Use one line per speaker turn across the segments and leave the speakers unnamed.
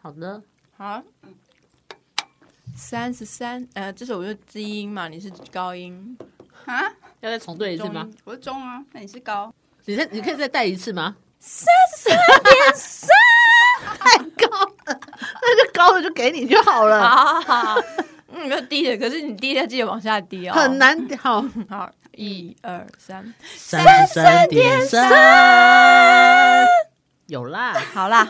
好的，
好，三十三，呃，这首就低音嘛，你是高音，
啊，
要再重对一次
中
吗
音？，
我是中啊，那你是高，
你再你可以再带一次吗？三十三 点三，太高了，那就高的就给你就好了，
好好好，嗯，没有低的，可是你低的记得往下低哦，
很。难好。
嗯
好，一二三，
三十三点三，有啦。
好啦，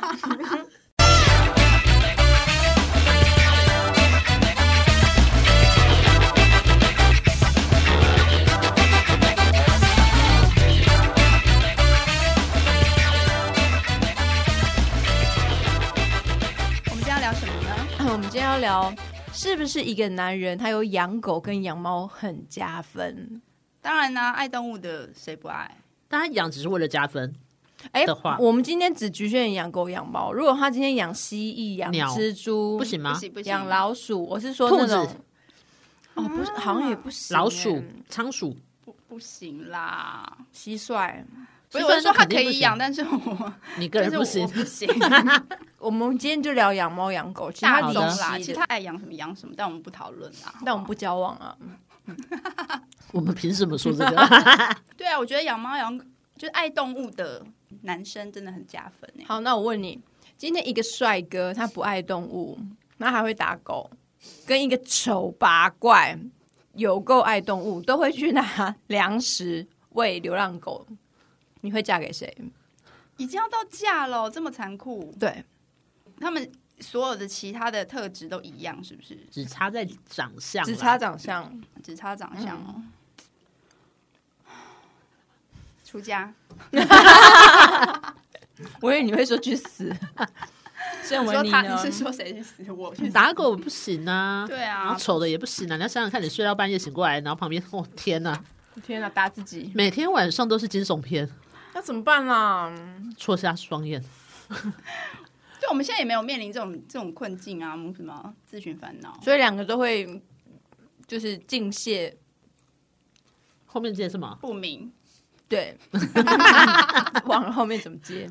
我们今天要聊什么呢？
我们今天要聊是不是一个男人他有养狗跟养猫很加分？
当然啦、爱动物的谁不爱？
大家养只是为了加分，
哎
的话，
我们今天只局限于养狗养猫，如果他今天养蜥蜴、养
鸟
蜘蛛，
不行
不
吗？
行不行，
养老鼠，我是说
兔
那
子
种，哦，不是，好像也不行欸。
老鼠、仓鼠，
不不行啦。
蟋蟀，
不
吃
是，我
饭
是
那
说它
肯定
可
不
以
行
养，但是我
你 个
但
人
是
不行
我我。不行，
我们今天就聊养猫养狗，其
大
他
好
宗
东
的
西
啦。
的
其实他爱养什么养什么，但我们不讨论啦。
但我们不交往啊。
我们凭什么说这 个？
对啊，我觉得养猫养就是爱动物的男生真的很加分哎。
好，那我问你，今天一个帅哥他不爱动物，那还会打狗，跟一个丑八怪有够爱动物，都会去拿 粮食喂流浪狗，你会嫁给谁？
已经要到嫁了，这么残酷，
对，
他们所有的其他的特质都一样，是不是？
只差在长相啦，
只差长相。
只差长相哦。
嗯
出家，
我以为你会说去死，郑
你
文
说
妮
他
呢
你是说谁去死我去死？
打狗不行啊。
对
然
啊
后，丑的也不行啊！你要想想看，你睡到半夜醒过来，然后旁边，哦天哪！
天哪，打自己
每天晚上都是惊悚片，
那怎么办啊啦？
戳瞎双眼。
就我们现在也没有面临这种这种困境啊，我们什么自寻烦恼。
所以两个都会就是敬谢，
后面接什么？
不明，
对，往后面怎么接？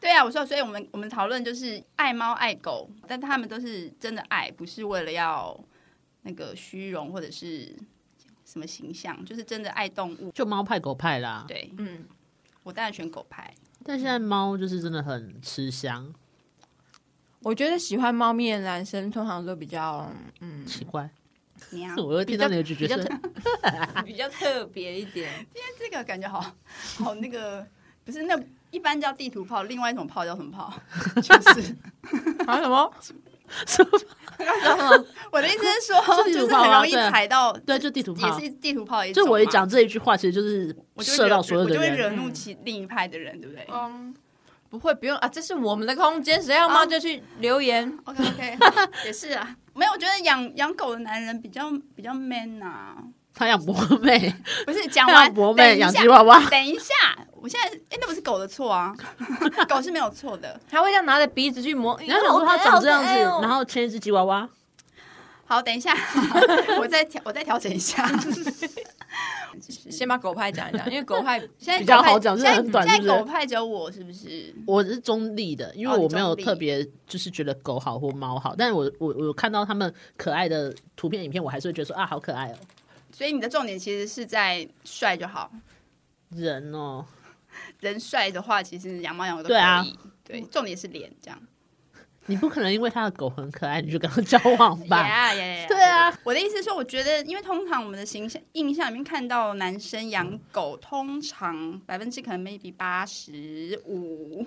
对啊，我说，所以我们我们讨论就是爱猫爱狗，但他们都是真的爱，不是为了要那个虚荣或者是什么形象，就是真的爱动物。
就猫派狗派啦。
对
嗯，
我当然选狗派，
但现在猫就是真的很吃香，
我觉得喜欢猫咪的男生通常都比较嗯
奇怪，
喵，
我又听到你的咀嚼
比较
声。
比较特别一点，
这个感觉好好那个，不是那一般叫地图炮，另外一种炮叫什么炮？ 就是
还啊有什么？
我的意思是说，
是地
就
图
是
炮啊
很容易
对啊
踩到，
对，就地图炮
也。是地图炮的一种
就
嘛。
我一讲这一句话，其实就是
我就会
射
惹，
到所有
我
的
就会惹
人。
怒其另一派的人，对不对
嗯，啊不会，不用啊，这是我们的空间，谁要猫就去留言。
？OK OK，也是啊。没有，我觉得养养狗的男人比较比较 man 呐、
他养博 美，
不是讲
他
完
养博
等
美，
一
养
下
吉，娃娃，
等一下，我现在哎、那不是狗的错啊， 狗是没有错的。
他会这样拿着鼻子去摸，
你要想说他长这样子，
哦
然
后
后牵一只吉娃娃，
好，等一下， 我再调，我再调整一 下。
先把狗派讲 一讲，因为狗派
现在
比较
狗派
好讲
现在
真的很短
现
是
在
不是
狗派只有我，是不是？
我是中立的，因为
哦
我没有
中立
特别就是觉得狗好或猫好，但是我我我看到他们可爱的图片影片，我还是会觉得说啊，好可爱哦，
所以你的重点其实是在帅就好，
人哦，
人帅的话，其实养猫养狗都可以。
对啊
对重点是脸这样。
你不可能因为他的狗很可爱你就跟他交往吧？
呀呀呀！
对啊，
我的意思是说，我觉得，因为通常我们的形象印象里面看到男生养狗，通常百分之可能 maybe 八十 五，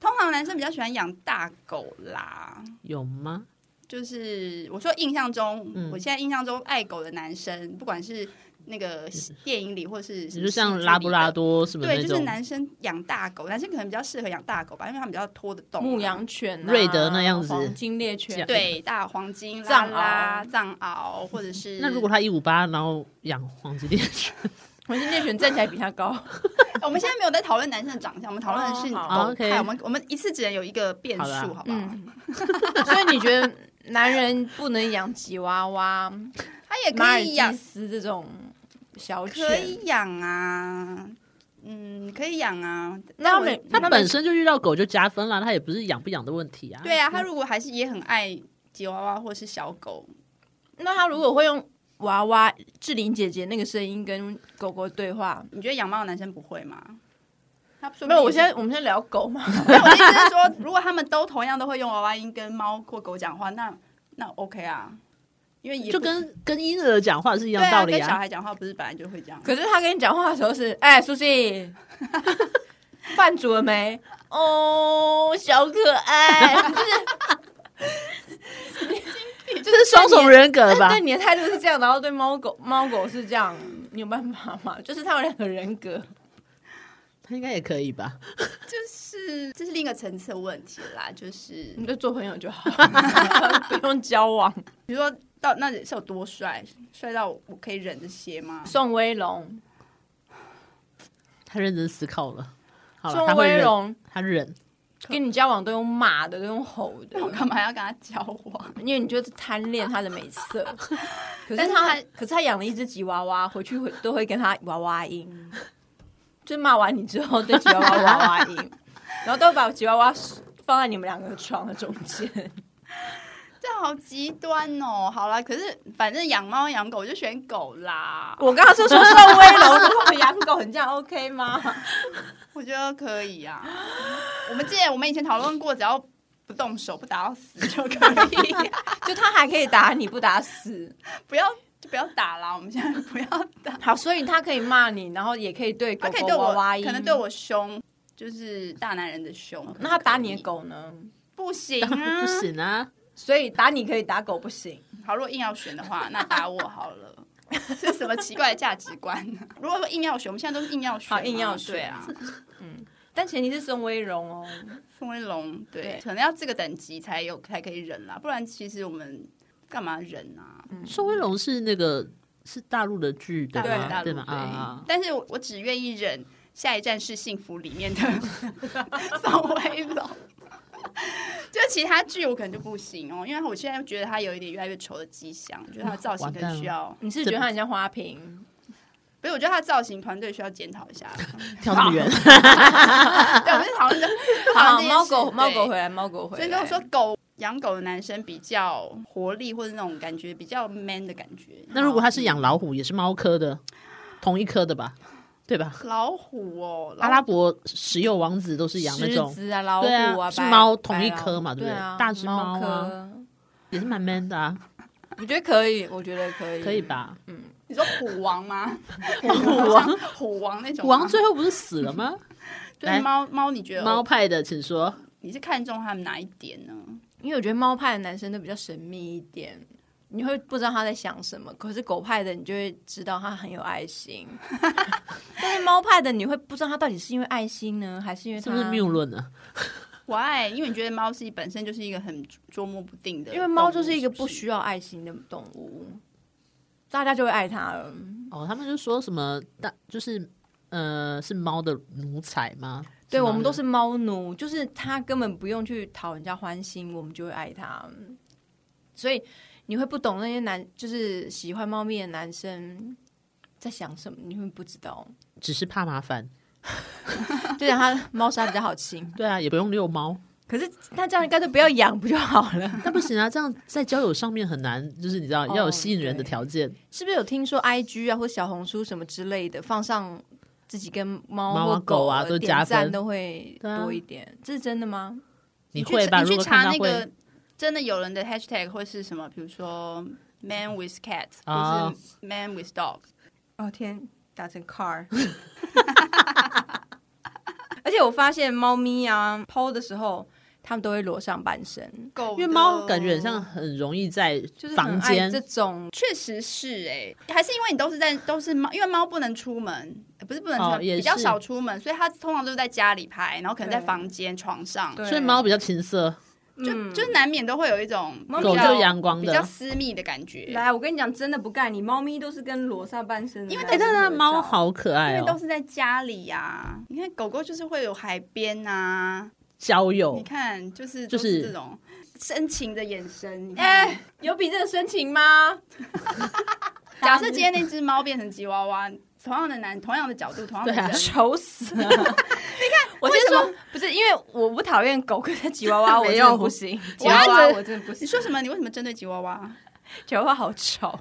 通常男生比较喜欢养大狗啦。
有吗？
就是我说印象中，
嗯
我现在印象中爱狗的男生，不管是那个电影里或是什
你
么
就像
戏剧
拉布拉
里的。
多什么
对，
那
就是
种
男生养大狗，男生可能比较适合养大狗吧，因为他们比较拖得动啊。
牧羊犬、啊、
瑞德那样子
黄金猎犬，
对，大黄金、拉
藏
拉、藏獒，或者是
那如果他一五八，然后养黄金猎犬，
黄金猎犬站起来比他高。
我们现在没有在讨论男生的长相，我们讨论的是
哦
好
狗派。
OK
我们我们一次只能有一个变
好啦
数，好不好？
嗯， 所以你觉得男人不能养吉娃娃、
他也
马
可
尔
以养
济，斯这种小
可
犬？
以养啊，嗯，可以养啊。
那
但我
每
他
那
本身就遇到狗就加分啦，他也不是养不养的问题啊。
对啊，他如果还是也很爱吉娃娃或是小狗，
那他如果会用娃娃志玲姐姐那个声音跟狗狗对话，
你觉得养猫的男生不会吗？他说不定
没有？我
也
现在我们先聊狗 嘛，
没有我的意思是说，如果他们都同样都会用娃娃音跟猫或狗讲话，那那 OK 啊，因为也不
就跟跟婴儿讲话是一
对
样道
啊，
理
跟小
啊。
孩讲话不是本来就会这样。
可是他跟你讲话的时候是，哎、 苏西，饭煮了没？哦，小可 爱，就是，就
这是双重人
哎
格吧
对？你的态度是这样，然后对猫狗猫狗是这样，你有办法吗？就是他有两个人格，
他应该也可以吧？
就是这是另一个层次的问题啦，就是
你就做朋友就好， 不用交往。
比如说到那里是有多帅，帅到我可以忍这些 吗？
宋威龙，
他认真思考了。好了，他
宋
会
威
忍，
龙
他忍。
跟你交往都用骂的，都用吼的
那，我干嘛要跟他交往？
因为你就是贪恋他的美色。可
但
是
是
他
他，
可是他养了一只吉娃娃，回去会都会跟他娃娃音，就骂完你之后对吉娃娃娃娃音，然后都会把吉娃娃放在你们两个床的中间。
这好极端哦！好啦，可是反正养猫养狗我就选狗啦，
我刚刚是说宋威龙，如果养狗，你这样 OK 吗？
我觉得可以啊。我们之前我们以前讨论过，只要不动手不打到死就可以，
就他还可以打你不打死，
不要就不要打啦。我们现在不要打，
好，所以他可以骂你，然后也可以对狗
他可以
狗
对
娃
我
娃音，
可能对。我凶，就是大男人的凶。
那他打你
可
的
以
狗呢？
不行
当然
啊，
不。行啊！
所以打你可以，打狗不行。
好，如果硬要选的话，那打我好了。 这是什么奇怪的价值观呢、如果说硬要选，我们现在都是硬要选嘛，
好硬要选
对啊。
但前提是宋威荣哦，
宋威龙，对，
对
可能要这个等级才有才可以忍啦，不然其实我们干嘛忍啊？
嗯
宋威龙是那个是大陆的剧对
大陆大
吗？
陆
吗？啊啊！
但是我我只愿意忍《下一站是幸福》里面的 宋威龙。 就其他剧我可能就不行哦，因为我现在觉得他有一点越来越丑的迹象，我觉得他的造型可能需要，
你是觉得他很像花瓶？
不是，我觉得他的造型团队需要检讨一下。
跳那么远，
对，我们就讨论这，就讨
好，
啊论这件事
啊猫狗猫狗。
对
回来，猫狗回
所
来。
以跟我说，狗养狗的男生比较活力，或者那种感觉比较 man 的感觉。
那如果他是养老虎，也是猫科的，同一科的吧？对吧？
老虎哦，
阿拉伯石油王子都是养那种
狮，子啊、老
对
虎
啊是
白
猫
白
同一
老虎
科嘛对不
对
对
啊？
大只猫啊
科，
也是蛮 man 的啊，
我觉得可以，我觉得可以，
可以？吧？
你说虎 王吗？虎王，虎王那种
虎
吗。
王最后不是死了吗？
对猫猫，你觉得
猫派的，请说。
你是看中他们哪一点呢？
因为我觉得猫派的男生都比较神秘一点，你会不知道他在想什么；可是狗派的，你就会知道他很有爱心。但是猫派的，你会不知道他到底是因为爱心呢，还是因为
是
他
不是谬论啊呢？
Why？因为你觉得猫是本身就是一个很捉摸不定的动物，
因为猫就是一个不
是
需要爱心的动物，大家就会爱它了。
哦，他们就说什么大就是呃是猫的奴才吗？
对，我们都
是
是猫奴，就是它根本不用去讨人家欢心，我们就会爱它。所以你会不懂那些男，就是喜欢猫咪的男生在想什么，你会不知 道。
不是只是怕麻烦。
就像它猫砂比较好清，
对啊，也不用遛 猫。
可是那这样干脆不要养不就好 了？
那不行啊，这样在交友上面很难，就是你知道
哦
要有吸引人的
对
条件。
是不是有听说 I G 啊或小红书什么之类的放上？自己跟
猫
猫
啊
或
狗啊
的
都
点
加
赞
分
都会
对啊
多一点，这是真的吗？
你
去
会吧？
你
如
去
果
查
看到
那
会
个真的有人的 hashtag 会是什么？比如说 man with cat，
啊
或是 man with dog。
哦天，打成 car。而且我发现猫咪啊剖的时候，它们都会裸上半身，
狗
因为
的
猫感觉很像，哦很容易在
就是
房
很爱
间
这种。
确实是哎、还是因为你都是在都是猫，因为猫不能出门，呃不是不能出门，
哦也
比较
是
少出门，所以它通常都是在家里拍，然后可能在
对
房间床上，
对
所以猫比较情色，
就、
嗯
就难免都会有一种
猫
比
狗
较
就阳光
比较
的。
私密的感觉。
来，我跟你讲，真的不盖你，猫咪都是跟裸上半身的
因为
男
哎，
生合照，
但是猫好可
因
爱
为都
哦，
是在家里呀、你看狗狗就是会有海边啊，
交
你
友
看就是
哦就
就是是这种深情的眼神。你看
哎、 有比这个深情吗？
假设今天那只猫变成吉娃娃，同样的男，同样的角度，同样的
对啊
人，
丑死 了！你看，我先说，不是因为我不讨厌狗，可是吉娃娃我真
没
的
有
不行，吉
我
娃
还
娃
觉得
我真的不
你
行，
说什么？你为什么针对吉娃娃？
吉娃娃好丑。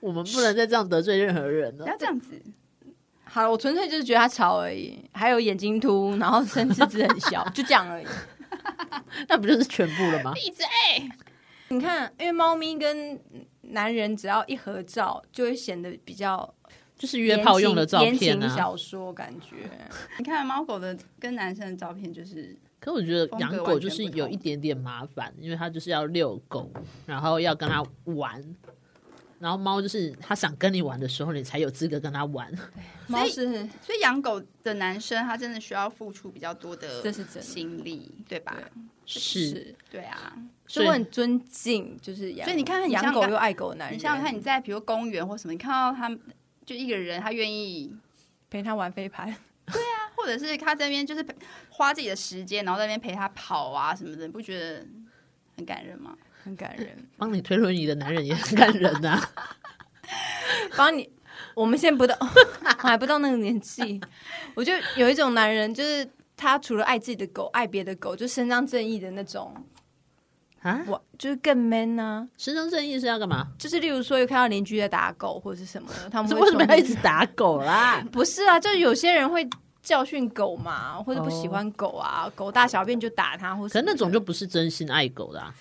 我们不能再这样得罪任何人了
不。要这样子，
好，我纯粹就是觉得它吵而已，还有眼睛凸，然后身子只很 小，就这样而已。
那不就是全部了吗？
闭嘴！
你看，因为猫咪跟男人只要一合照，就会显得比较
就是约炮用的照
言情
片
言情
啊。
小说感觉。
你看猫狗的跟男生的照片，就是
可我觉得养
风格
狗
完
就
全
是
不同
有一点点麻烦，因为它就是要遛狗，然后要跟它玩。然后猫就是它想跟你玩的时候，你才有资格跟它玩。
猫是
所以养狗的男生他真的需要付出比较多的
这是真的
心力，对吧？
是，，
对啊，
所以我很尊敬，就是养，
所以你看很像
养狗
刚
又爱狗的男人，
你想想看，你在比如公园或什么，你看到他就一个人，他愿意，
陪它玩飞盘，
或者是他在那边就是花自己的时间，然后在那边陪他跑啊什么的，你不觉得很感人吗？
很感人。
帮你推轮椅的男人也很感人啊呐、
帮你，我们现在不到，我还不到那个年纪，我就有一种男人，就是他除了爱自己的狗，爱别的狗，就伸张正义的那种，
啊，
我就是更 man 啊。
伸张正义是要干嘛？
就是例如说，有看到邻居在打狗或者是什么的， 他们
是
会
为什么
冲
要一直打狗啦？
不是啊，就有些人会教训狗嘛，或者不喜欢狗啊，狗大小便就打它，或
可
是
那种就不是真心爱狗的、啊，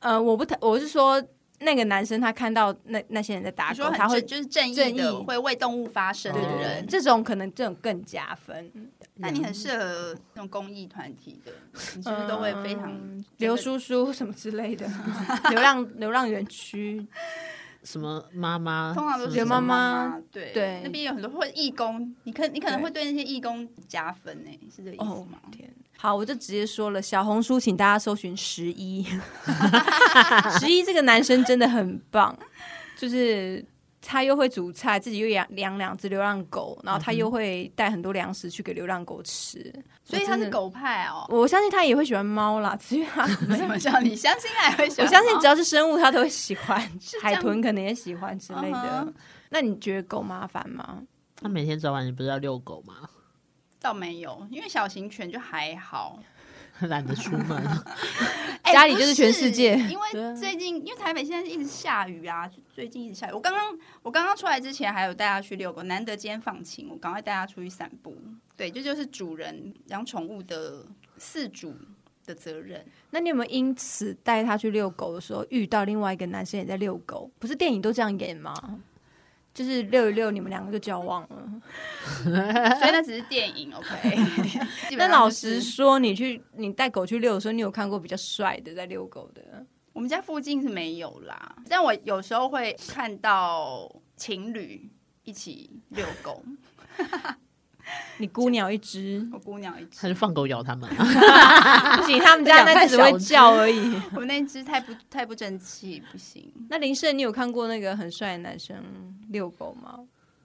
呃，我不太，我是说那个男生他看到那那些人在打
你
狗
说，很
他会
正就是正义
正
的，
义
会为动物发声
对
的
对
哦
对
人，，
这种可能这种更加分。
那你很适合那种公益团体的，你是不是都会非常
嗯刘叔叔什么之类的， 流浪流浪园区，
什么妈妈，
通常都
什么
是
刘
什么
妈妈
对
对
那边有很多会义工，你可你可能会对那些义工加分呢、欸是这个意思
哦
吗？
天，好，我就直接说了，小红书请大家搜寻十一， 十一这个男生真的很棒，就是。他又会煮菜，自己又养养两只流浪狗，然后他又会带很多粮食去给流浪狗吃，
所以
我
他
真的
是。狗派哦，
我相信他也会喜欢猫啦，只是他，
为什么叫你相信还会
我
想？哦
相信只要是生物，他都会喜欢。
这
海
样
豚可能也喜欢之类
嗯
的
哼。
那你觉得狗麻烦吗？
他每天早晚你不是要遛狗吗？
倒没有，因为小型犬就还好，
懒得出门，
哎
家里就是全世界啊
不是因为最近，因为台北现在一直下雨啊，最近一直下雨。我刚刚我刚刚出来之前还有带它去遛狗，难得今天放晴，我赶快带它出去散步。对，这就是主人养宠物的饲主的责任。
那你有没有因此带他去遛狗的时候，遇到另外一个男生也在遛狗？不是电影都这样演吗？就是遛一遛，你们两个就交往了。
所以那只是电影，OK 基
那
本上就是。
老实说，你去你带狗去遛的时候，你有看过比较帅的在遛狗的？
我们家附近是没有啦，但我有时候会看到情侣一起遛狗，，
你姑娘一 只
我姑娘一只
他，就放狗咬他们、啊。
不行，他们家那只会叫而已。
我们那一只太不太不争气，不行。
那林胜，你有看过那个很帅的男生遛狗吗？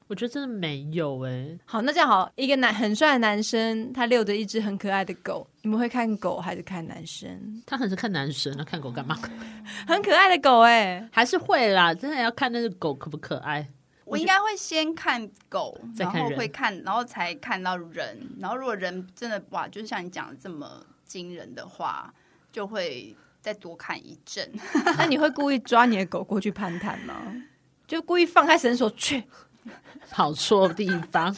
我觉得真的没有哎、
好，那这样好，一个男很帅的男生，他遛着一只很可爱的狗，你们会看狗还是看男生？
他很是看男神啊，看狗干嘛？
很可爱的狗哎、
还是会啦，真的要看那个狗可不可爱。
我应该会先看狗，
再
然
看
后
人
会看，然后才看到人。然后如果人真的哇，就是像你讲的这么惊人的话，就会再多看一阵。
那你会故意抓你的狗过去攀谈吗？就故意放开绳索去？
跑错地方，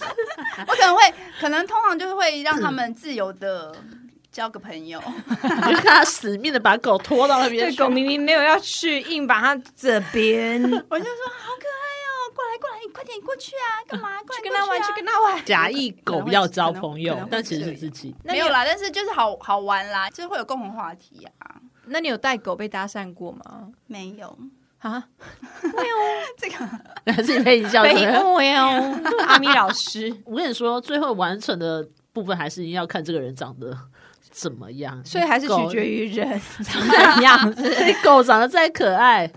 我可能会，可能通常就是会让他们自由的交个朋友。
你就看他死命的把狗拖到那边
对，
去。
狗明明没有要去，硬把它这 边去
我就说好可爱哦，过来过来，你快点过去啊，干 嘛？过来
跟它
过
玩，
啊
去跟它玩。
假意狗要交朋
可能
友，
会
但其实是自己。
那
没
你
有啦，但是就是好好玩啦，就是会有共同话题啊。
那你有带狗被搭讪过吗？
没有，
啊，
还是被你笑
没
的。
有哟，阿米老师。
我跟你说，最后完成的部分还是要看这个人长得怎么样。
所以还是取
狗
决于人 长怎样子。
你 狗长得再可爱，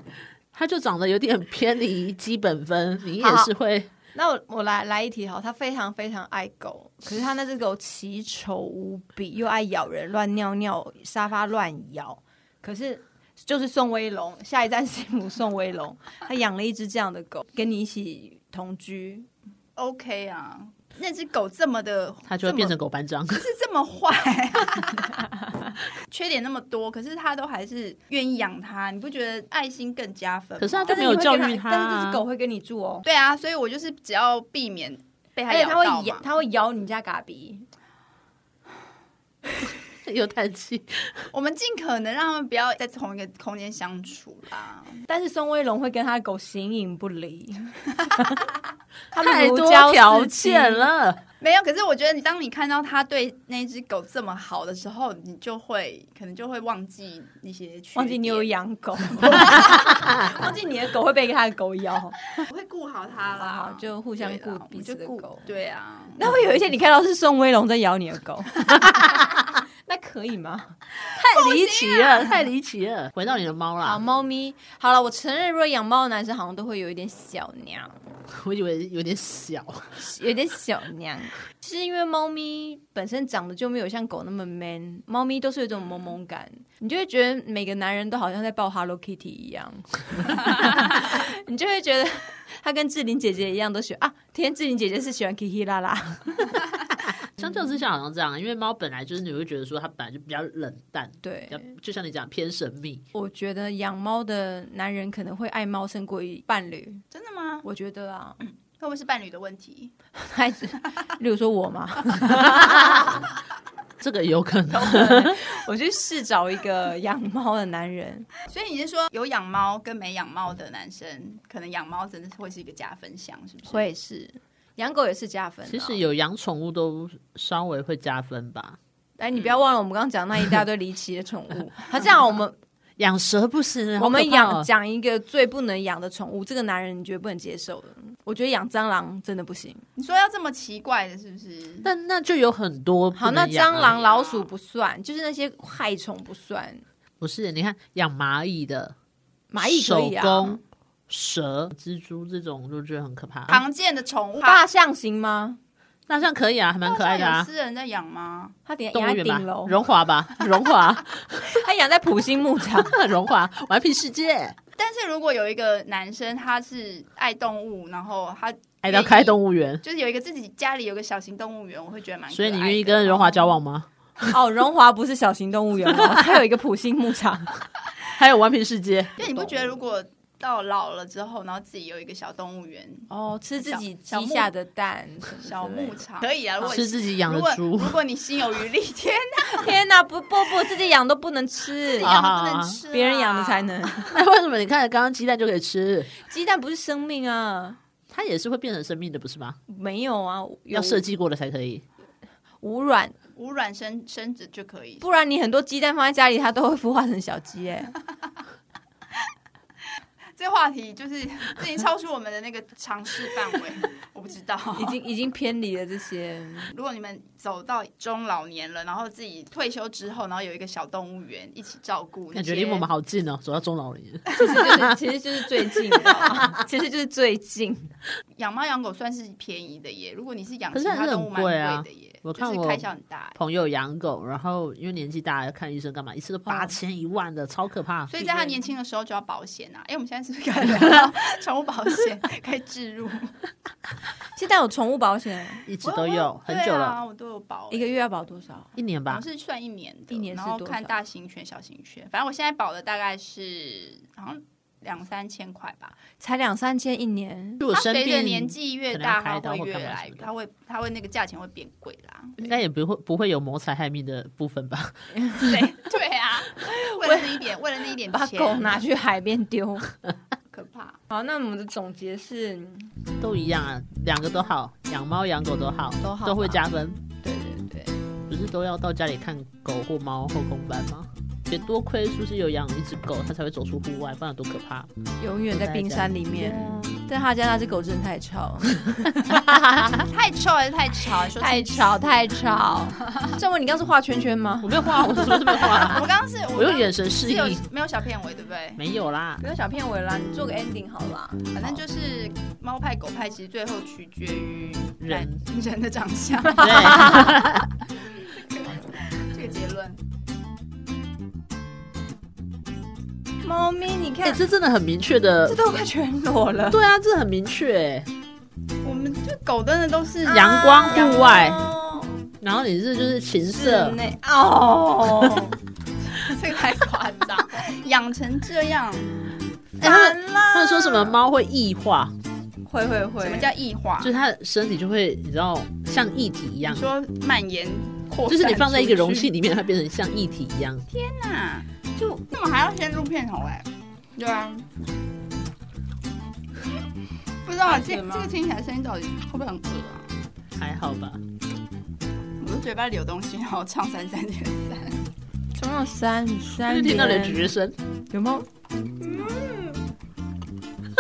它就长得有点偏离基本分，你也是会
那我我来来一题好，他非常非常爱狗，可是他那只狗奇丑无比，又爱咬人、乱尿尿、沙发乱咬。可是就是宋威龙，下一站是母宋威龙，他养了一只这样的狗，跟你一起同居，
OK 啊，那只狗这么的，
它就会变
这么
成狗班长。
是这么坏、啊 缺点那么多，可是他都还是愿意养它，你不觉得爱心更加分吗？
可是它
但
就是没有
你会
教
给
育它
它但是这
啊
只狗会跟你住哦，
对啊，所以我就是只要避免被它
哎
而且
咬
它会
到
咬，
嘛，
它会咬你家嘎比，
有叹气，
我们尽可能让他们不要在同一个空间相处啦。
但是宋威龙会跟他的狗形影不 离，他们
太
如
多
胶似
条
漆
件。了。
没有，可是我觉得你当你看到他对那只狗这么好的时候，你就会可能就会忘记一些缺点，
忘记你有养 狗，忘记你的狗会被他的狗咬，
我 会顾好它
好
啦
好，就互相
对啦
顾
我们
彼此
就
的
顾
狗
对啊，
那会有一天你看到是宋威龙在咬你的狗， 那可以吗？
太离奇了，太离奇了。回到你的猫
啊好，
啦，
猫咪，好了，我承认，如果养猫的男生好像都会有一点小娘，
我以为有点小，
有点小娘。其实因为猫咪本身长得就没有像狗那么 man，猫咪都是有一种萌萌感，你就会觉得每个男人都好像在抱 Hello Kitty 一样， 你就会觉得他跟志玲姐姐一样都喜欢啊。天，志玲姐姐是喜欢 Kiki 啦啦，
相较之下好像这样，因为猫本来就是你会觉得说它本来就比较冷淡，
对
比，较就像你讲偏神秘，
我觉得养猫的男人可能会爱猫胜过于伴侣，
真的吗？
我觉得啊，
会不会是伴侣的问题？
还是例如说我嘛，
这个有可能。
我去试找一个养猫的男人，
所以你是说有养猫跟没养猫的男生，可能养猫真的是会是一个加分项，是不是？
会是养狗也是加分、啊
其实，有养宠物都稍微会加分吧，
哎，你不要忘了我们刚刚讲那一大堆离奇的宠物。好，这样我们
养蛇不行，啊
我们养
家
讲一个最不能养的宠物，这个男人你绝对不能接受的。我觉得养蟑螂真的不行。
你说要这么奇怪的，是不是？
但那就有很多不
好，那
能养啊
蟑螂、老鼠不算，就是那些害虫不算。
不是？你看养蚂蚁的
蚂蚁可
手
以啊
工，蛇、蜘蛛这种，就觉得很可怕。
常见的宠物，
大象行吗？
大象可以啊，还蛮可爱的
大象有
啊。
私人在养吗？
他等下
动物
养在
园吧
顶，楼，
荣华 吧，荣华，
他养在普星牧场。
荣华，顽皮世界，
但是如果有一个男生他是爱动物，然后他
爱到哎开动物园。
就是有一个自己家里有个小型动物园，我会觉得蛮可爱的。
所以你愿意跟荣华交往吗？
哦，荣华不是小型动物园哦，它有一个普星牧场。
还有顽皮世界，
因为你不觉得如果到老了之后，然后自己有一个小动物园、
哦，吃自己
小
鸡下的蛋什么之类的
小牧。场，可以啊？如果
吃自己养
如
的
果
猪
如，果你心有余力， 天
天哪，不不不，自己养都不能吃哦
哪，
啊
养的不能吃啊，
别人养的才能。
那为什么你看刚刚鸡蛋就可以吃？
鸡蛋不是生命啊，
它也是会变成生命的，不是吗？
没有啊，有
要设计过的才可以。
无卵，
无卵生生殖就可以。
不然你很多鸡蛋放在家里，它都会孵化成小鸡哎、
这话题就是这已经超出我们的那个尝试范围， 我不知道。
已经已经偏离了这些。
如果你们走到中老年了，然后自己退休之后，然后有一个小动物园一起照顾，
感觉离我们好近哦，走到中老年。
其实就是其实就是最近的啊， 其实就是最近。
养猫养狗算是便宜的耶。如果你是养
可
其
是还
他
是
动物，
很
蛮
贵啊
的耶，
我看
就是
我
开销很大耶。
朋友养狗，然后因为年纪大要看医生干嘛？一次都八千一万的，超可怕。
所以在他年轻的时候就要保险啊！哎，我们现在是不是该聊 到宠物保险该置入？
现在有宠物保险，
一直都有
对
很久了，
啊，我都有保
一个月要保多少？
一年
好
吧
像。是算一年的，
一年是
然后
多
看
少
大型犬、小型犬，反正我现在保的大概是好像两三千块吧。
才两三千一年，
如果
它
生
随着
病，
年纪越
可能
大，
要开
它
刀
会
或
越
干嘛
来
什么，的
它会它会那个价钱会变贵 啦。
应该也不会不会有谋财害命的部分吧？
对对啊，为了那一点，为了那 一点
把
钱，
狗拿去海边丢。
可怕。
好，那我们的总结是，
都一样啊，两个都好，养猫养狗都好，
都好
都会
吧
加分。
对对对，
不是都要到家里看狗或猫后空翻吗？也多亏苏西有养一只狗，它才会走出户外，不然有多可怕。
永远在冰山里面。
嗯
但他家那只狗真的太吵，
太臭还是太吵？你说
太吵，太 吵。郑文，你刚刚是画圈圈吗
我？没有画，我什么都没有画，
我刚刚是，
我用
刚刚
眼神示
是
意
有，没有小片尾，对不对？
没有 啦。
不要小片尾啦，你做个 ending 好啦。
反正就是猫派狗派，其实最后取决于
人
人的长 相。
对。
这个结论，
猫咪，你
哎、
看，
这真的很明确的
这，都快全裸了。
对啊，这很明确欸、
狗真的都是
阳光户外
啊
哦
然后你是就是情
室
色，
内哦， 这个太夸张，养成这样，
哎他们
烦啦
他们说什么猫会异化，
会会会，
什么叫异化？
就是它的身体就会你知道像液体一样
你，说蔓延扩散
就是你放在一个容器
出
里面，它变成像液体一样。
去啊，就那么还要先录片头哎、对啊，不知道这
恶吗
这个听起来声音到底会不会很恶啊？
还好吧？
我的嘴巴里有东西，然后唱三三点三，
总共有三
他
三
就
年，
听到你的咀嚼声，
有没有？嗯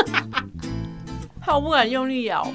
好不敢用力咬，